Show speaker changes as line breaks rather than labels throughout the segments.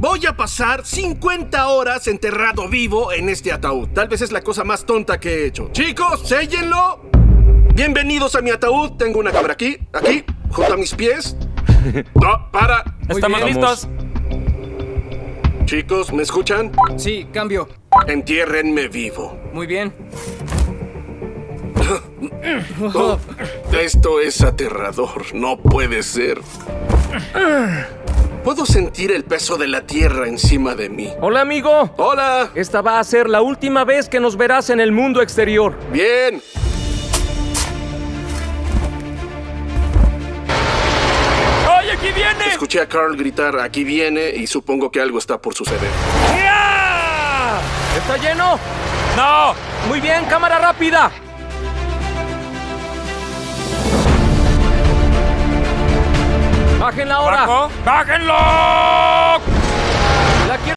Voy a pasar 50 horas enterrado vivo en este ataúd. Tal vez es la cosa más tonta que he hecho. Chicos, séllenlo. Bienvenidos a mi ataúd. Tengo una cámara aquí, aquí, junto a mis pies. No, para.
Estamos
bien.
listos.
Chicos, ¿me escuchan?
Sí, cambio.
Entiérrenme vivo.
Muy bien.
Oh, esto es aterrador. No puede ser. Puedo sentir el peso de la tierra encima de mí.
Hola, amigo.
Hola.
Esta va a ser la última vez que nos verás en el mundo exterior.
Bien.
¡Ay, aquí
Eh.
viene!
Escuché a Carl gritar, aquí viene, y supongo que algo está por suceder.
¡Ya! ¿Está lleno? No. Muy bien, cámara rápida. Bajen la hora. ¡Bájenlo! La quiero-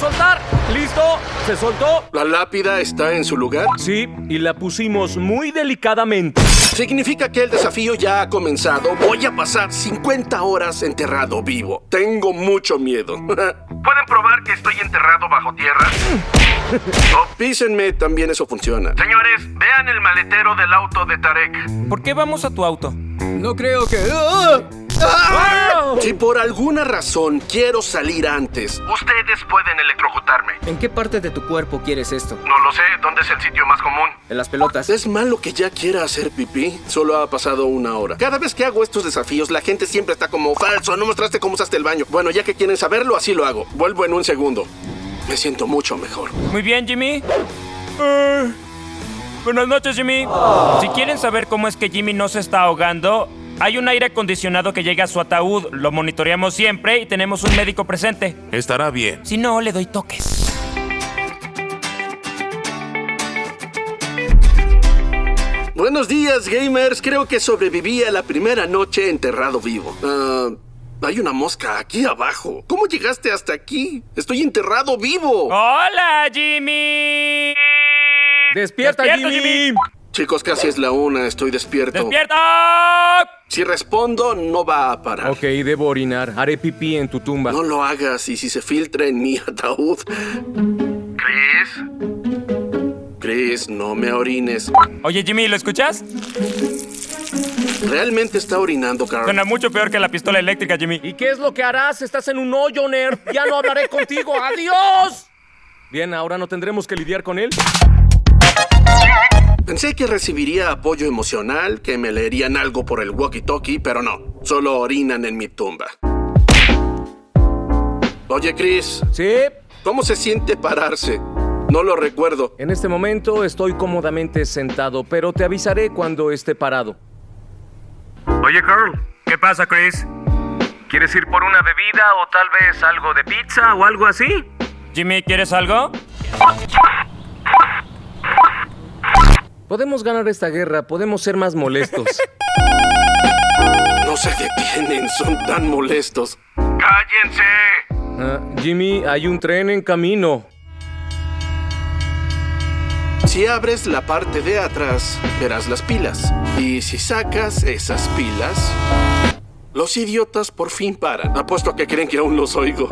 soltar. ¿Listo? ¿Se soltó?
¿La lápida está en su lugar?
Sí, y la pusimos muy delicadamente.
Significa que el desafío ya ha comenzado. Voy a pasar 50 horas enterrado vivo. Tengo mucho miedo. ¿Pueden probar que estoy enterrado bajo tierra? Písenme, también eso funciona.
Señores, vean el maletero del auto de Tarek.
¿Por qué vamos a tu auto?
No creo que. ¡Ah!
Si por alguna razón quiero salir antes,
Ustedes pueden electrocutarme.
¿En qué parte de tu cuerpo quieres esto?
No lo sé, ¿dónde es el sitio más común?
En las pelotas.
¿es malo que ya quiera hacer pipí? Solo ha pasado una hora. Cada vez que hago estos desafíos, la gente siempre está como falso, no mostraste cómo usaste el baño. Bueno, ya que quieren saberlo, así lo hago. Vuelvo en un segundo. Me siento mucho mejor.
Muy bien, Jimmy. Eh, buenas noches, Jimmy. Si quieren saber cómo es que Jimmy no se está ahogando, hay un aire acondicionado que llega a su ataúd, lo monitoreamos siempre y tenemos un médico presente.
Estará bien.
Si no, le doy toques.
Buenos días, gamers. Creo que sobreviví a la primera noche enterrado vivo. Ah, hay una mosca aquí abajo. ¿Cómo llegaste hasta aquí? Estoy enterrado vivo.
Oh. ¡Hola, Jimmy!
¡Despierta,
¡Despierta,
Jimmy!
Jimmy!
Chicos, casi es la una. Estoy despierto.
¡Despierta!
Si respondo, no va a parar.
Ok, debo orinar. Haré pipí en tu tumba.
No lo hagas y si se filtra en mi ataúd.
Chris,
Chris, no me orines.
Oye, Jimmy, ¿lo escuchas?
Realmente está orinando, Carl.
Suena mucho peor que la pistola eléctrica, Jimmy.
¿Y qué es lo que harás? Estás en un hoyo, nerd. Ya no hablaré contigo. ¡Adiós! Bien, ahora no tendremos que lidiar con él.
Pensé que recibiría apoyo emocional, que me leerían algo por el walkie-talkie, pero no. Solo orinan en mi tumba. Oye, Chris,
Sí,
¿cómo se siente pararse? No lo recuerdo.
en este momento estoy cómodamente sentado, pero te avisaré cuando esté parado.
Oye, Carl,
¿Qué pasa, Chris?
¿quieres ir por una bebida o tal vez algo de pizza o algo así?
Jimmy, ¿quieres algo?
Podemos ganar esta guerra, podemos ser más molestos.
No se detienen, son tan molestos.
¡Cállense!
Ah, Jimmy, hay un tren en camino.
Si abres la parte de atrás, verás las pilas. Y si sacas esas pilas... Los idiotas por fin paran. Apuesto a que creen que aún los oigo.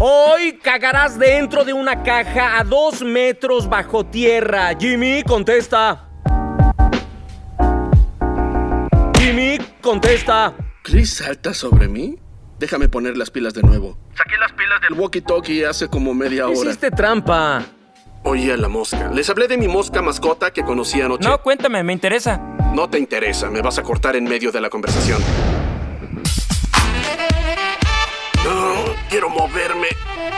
Hoy cagarás dentro de una caja a dos metros bajo tierra. Jimmy, contesta. Jimmy, contesta.
¿Chris salta sobre mí? Déjame poner las pilas de nuevo.
Saqué las pilas
El walkie-talkie hace como media hora.
Hiciste trampa.
Oía la mosca. Les hablé de mi mosca mascota que conocí anoche.
No, cuéntame, me interesa.
No te interesa, me vas a cortar en medio de la conversación. No, quiero moverme,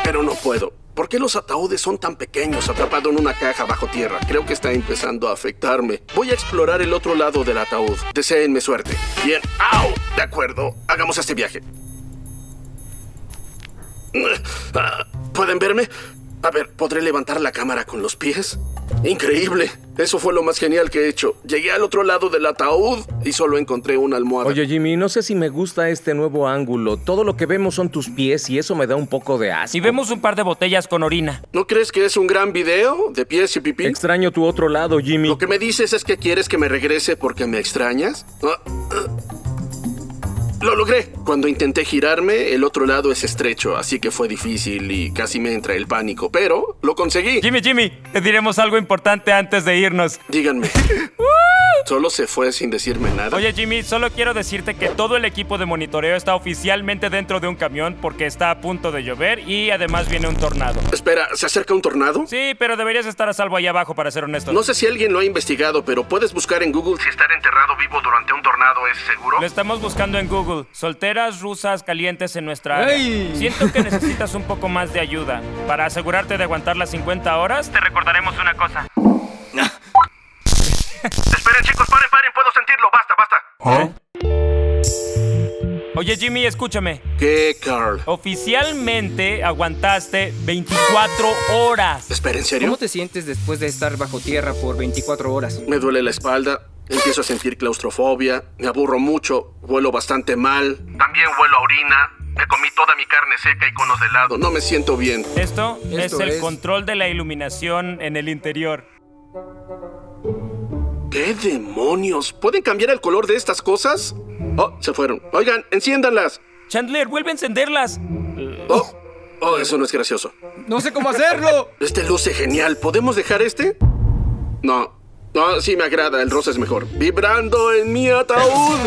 pero no puedo. ¿Por qué los ataúdes son tan pequeños atrapado en una caja bajo tierra? Creo que está empezando a afectarme. Voy a explorar el otro lado del ataúd. Deseenme suerte. Bien. ¡Au! De acuerdo, hagamos este viaje. Ah, ¿Pueden verme? A ver, ¿podré levantar la cámara con los pies? Increíble. Eso fue lo más genial que he hecho. Llegué al otro lado del ataúd y solo encontré una almohada.
Oye, Jimmy, no sé si me gusta este nuevo ángulo. Todo lo que vemos son tus pies y eso me da un poco de asco.
Si vemos un par de botellas con orina.
¿No crees que es un gran video de pies y pipí?
Extraño tu otro lado, Jimmy.
Lo que me dices es que quieres que me regrese porque me extrañas. Ah, ah. Lo logré. Cuando intenté girarme, el otro lado es estrecho, así que fue difícil y casi me entra el pánico, pero lo conseguí.
Jimmy, Jimmy, te diremos algo importante antes de irnos.
Díganme. Solo se fue sin decirme nada.
Oye, Jimmy, solo quiero decirte que todo el equipo de monitoreo está oficialmente dentro de un camión porque está a punto de llover y además viene un tornado.
Espera, ¿se acerca un tornado?
Sí, pero deberías estar a salvo ahí abajo, para ser honesto.
No sé si alguien lo ha investigado, pero puedes buscar en Google
Si estar enterrado vivo durante un tornado es seguro.
Lo estamos buscando en Google. Solteras rusas calientes en nuestra área. Siento que necesitas un poco más de ayuda. Para asegurarte de aguantar las 50 horas, te recordaremos una cosa.
Esperen, chicos, paren, paren, puedo sentirlo. Basta, basta.
Oye, Jimmy, escúchame.
¿Qué, Carl?
Oh. Oficialmente aguantaste 24 horas.
Espera, ¿en serio?
¿Cómo te sientes después de estar bajo tierra por 24 horas?
Me duele la espalda, empiezo a sentir claustrofobia, me aburro mucho, vuelo bastante mal,
También huelo a orina. Me comí toda mi carne seca y conos de helado.
no me siento bien.
Esto, es
Esto
el
es-
control de la iluminación en el interior.
¿Qué demonios? ¿Pueden cambiar el color de estas cosas? Oh, se fueron. Oigan, enciéndanlas.
Chandler, vuelve a encenderlas.
Oh, oh, eso no es gracioso.
¡No sé cómo hacerlo!
Este luce genial. ¿Podemos dejar este? No. No, sí me agrada. El rosa es mejor. Vibrando en mi ataúd.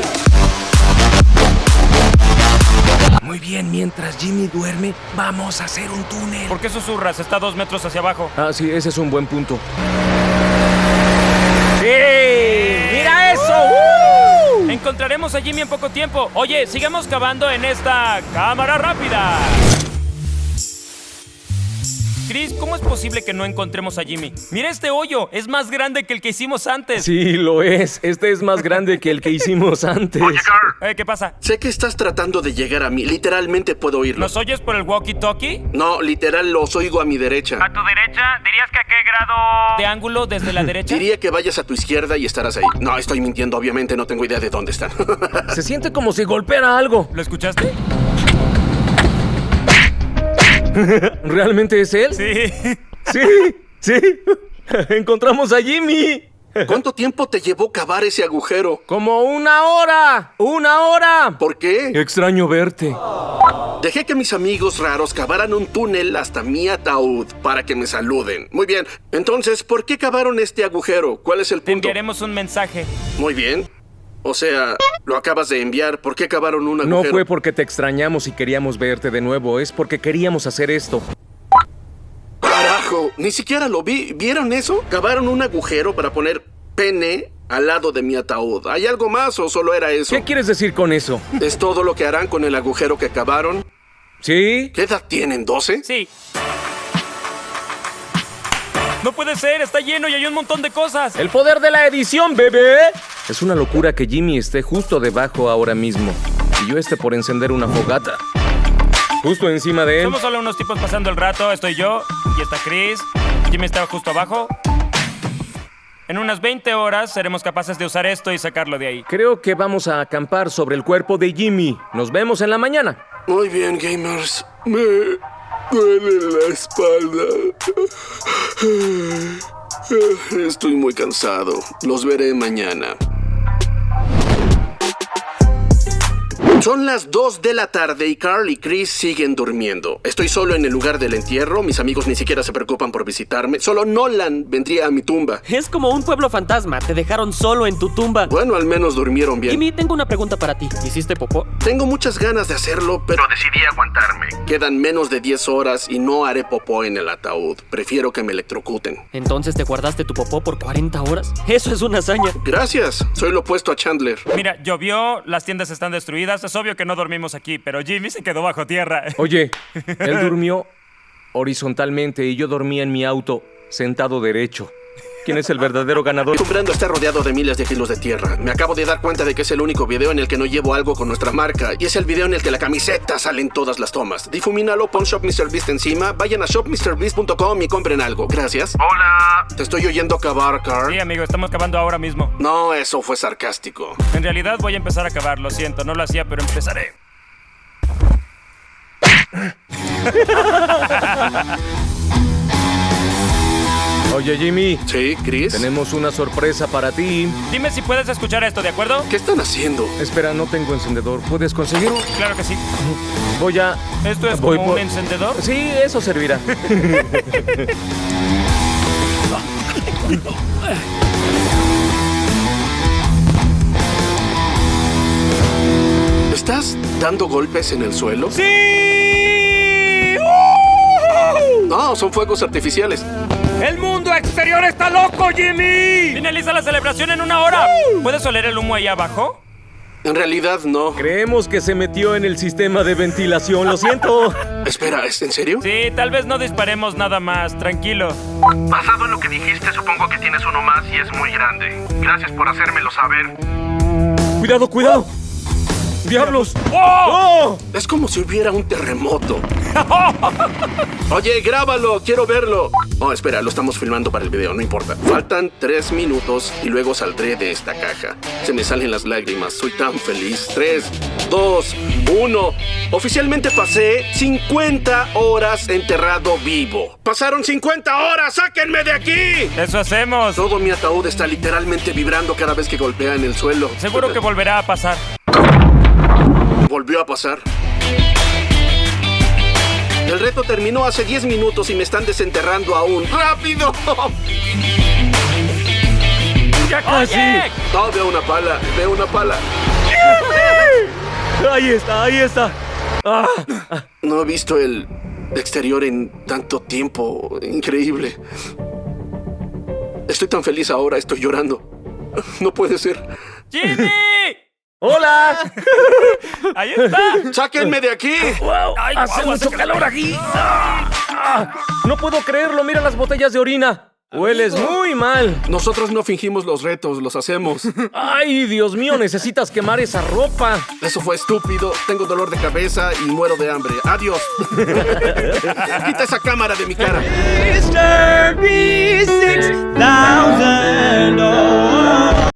Muy bien, mientras Jimmy duerme, vamos a hacer un túnel.
¿Por qué susurras? Está dos metros hacia abajo.
Ah, sí, ese es un buen punto. ¡Sí! ¡Mira eso! ¡Uh!
Encontraremos a Jimmy en poco tiempo. Oye, sigamos cavando en esta cámara rápida. Chris, ¿cómo es posible que no encontremos a Jimmy? Mira este hoyo, es más grande que el que hicimos antes.
Sí, lo es. Este es más grande que el que hicimos antes.
Oye, Carl,
Eh, ¿Qué pasa?
Sé que estás tratando de llegar a mí. Literalmente puedo oírlo.
¿Nos oyes por el walkie-talkie?
No, literal los oigo a mi derecha.
Ah,
tu derecha, dirías que a qué grado. De ángulo desde la derecha.
Diría que vayas a tu izquierda y estarás ahí. No, estoy mintiendo. Obviamente no tengo idea de dónde están.
Se siente como si golpeara algo.
¿Lo escuchaste?
¿Realmente es él?
Sí.
Sí, sí. Encontramos a Jimmy.
¿Cuánto tiempo te llevó cavar ese agujero?
Como una hora. Una hora.
¿Por qué?
Extraño verte.
Dejé que mis amigos raros cavaran un túnel hasta mi ataúd para que me saluden. Muy bien. Entonces, ¿por qué cavaron este agujero? ¿Cuál es el
Te
punto?
enviaremos un mensaje.
Muy bien. O sea, lo acabas de enviar. ¿Por qué cavaron un agujero?
No fue porque te extrañamos y queríamos verte de nuevo, es porque queríamos hacer esto.
¡Carajo! Ni siquiera lo vi. ¿Vieron eso? Cavaron un agujero para poner pene al lado de mi ataúd. ¿Hay algo más o solo era eso?
¿Qué quieres decir con eso?
¿Es todo lo que harán con el agujero que acabaron?
¿Sí?
¿Qué edad tienen? ¿12?
Sí. No puede ser, está lleno y hay un montón de cosas.
¡El poder de la edición, bebé! Es una locura que Jimmy esté justo debajo ahora mismo. Y yo esté por encender una fogata. Justo encima de él.
Somos solo unos tipos pasando el rato. Estoy yo y está Chris. Jimmy estaba justo abajo. En unas 20 horas seremos capaces de usar esto y sacarlo de ahí.
Creo que vamos a acampar sobre el cuerpo de Jimmy. Nos vemos en la mañana.
Muy bien, gamers. Me duele la espalda. Estoy muy cansado. Los veré mañana. Son las 2 de la tarde y Carl y Chris siguen durmiendo. Estoy solo en el lugar del entierro, mis amigos ni siquiera se preocupan por visitarme, solo Nolan vendría a mi tumba.
Es como un pueblo fantasma, te dejaron solo en tu tumba.
Bueno, al menos durmieron bien.
Jimmy, tengo una pregunta para ti. ¿Hiciste popó?
Tengo muchas ganas de hacerlo, pero
decidí aguantarme.
quedan menos de 10 horas y no haré popó en el ataúd. Prefiero que me electrocuten.
Entonces te guardaste tu popó por 40 horas. Eso es una hazaña.
Gracias, soy lo opuesto a Chandler.
Mira, llovió, las tiendas están destruidas. Es obvio que no dormimos aquí, pero Jimmy se quedó bajo tierra.
Oye, él durmió horizontalmente y yo dormía en mi auto sentado derecho. ¿Quién es el verdadero ganador?
Comprando está rodeado de miles de kilos de tierra. Me acabo de dar cuenta de que es el único video en el que no llevo algo con nuestra marca. Y es el video en el que la camiseta sale en todas las tomas. Difumínalo, pon Shop Mr. Beast encima, vayan a shopmrbeast.com y compren algo. Gracias.
Hola.
Te estoy oyendo cavar, Carl.
Sí, amigo, estamos cavando ahora mismo.
No, eso fue sarcástico.
En realidad voy a empezar a cavar, lo siento, no lo hacía, pero empezaré.
Oye, Jimmy,
Sí, Chris.
tenemos una sorpresa para ti.
Dime si puedes escuchar esto, ¿de acuerdo?
¿Qué están haciendo?
Espera, no tengo encendedor. ¿Puedes conseguirlo?
Claro que sí.
Voy a.
Esto es
voy
como
por-
un encendedor.
Sí, eso servirá.
¿Estás dando golpes en el suelo?
¡Sí! ¡Uh!
No, son fuegos artificiales.
¡El mundo exterior está loco, Jimmy!
Finaliza la celebración en una hora. ¿Puedes oler el humo ahí abajo?
En realidad, no.
Creemos que se metió en el sistema de ventilación, lo siento.
Espera, ¿es en serio?
Sí, tal vez no disparemos nada más, tranquilo.
Basado en lo que dijiste, supongo que tienes uno más y es muy grande. Gracias por hacérmelo saber.
Cuidado, cuidado. ¡Diablos! ¡Oh!
Es como si hubiera un terremoto. Oye, grábalo, quiero verlo. Oh, espera, lo estamos filmando para el video, no importa. Faltan tres minutos y luego saldré de esta caja. Se me salen las lágrimas, soy tan feliz. Tres, dos, uno. Oficialmente pasé 50 horas enterrado vivo. ¡Pasaron 50 horas! ¡Sáquenme de aquí!
Eso hacemos.
Todo mi ataúd está literalmente vibrando cada vez que golpea en el suelo.
Seguro que volverá a pasar.
Volvió a pasar. El reto terminó hace 10 minutos y me están desenterrando aún. ¡Rápido!
¡Ya casi!
No, veo una pala, veo una pala.
Ahí está, ahí está. Ah,
No he visto el exterior en tanto tiempo. Increíble. Estoy tan feliz ahora, estoy llorando. No puede ser.
¡Jimmy!
¡Hola!
¡Ahí está!
¡Sáquenme de aquí!
¡Wow!
Ay,
¡Hace
guau, hace
mucho calor aquí! Ah, ah, no puedo creerlo, mira las botellas de orina. Hueles muy mal.
Nosotros no fingimos los retos, los hacemos.
Ay, Dios mío, necesitas quemar esa ropa.
Eso fue estúpido. Tengo dolor de cabeza y muero de hambre. Adiós. Quita esa cámara de mi cara.
¡Mr. Beast!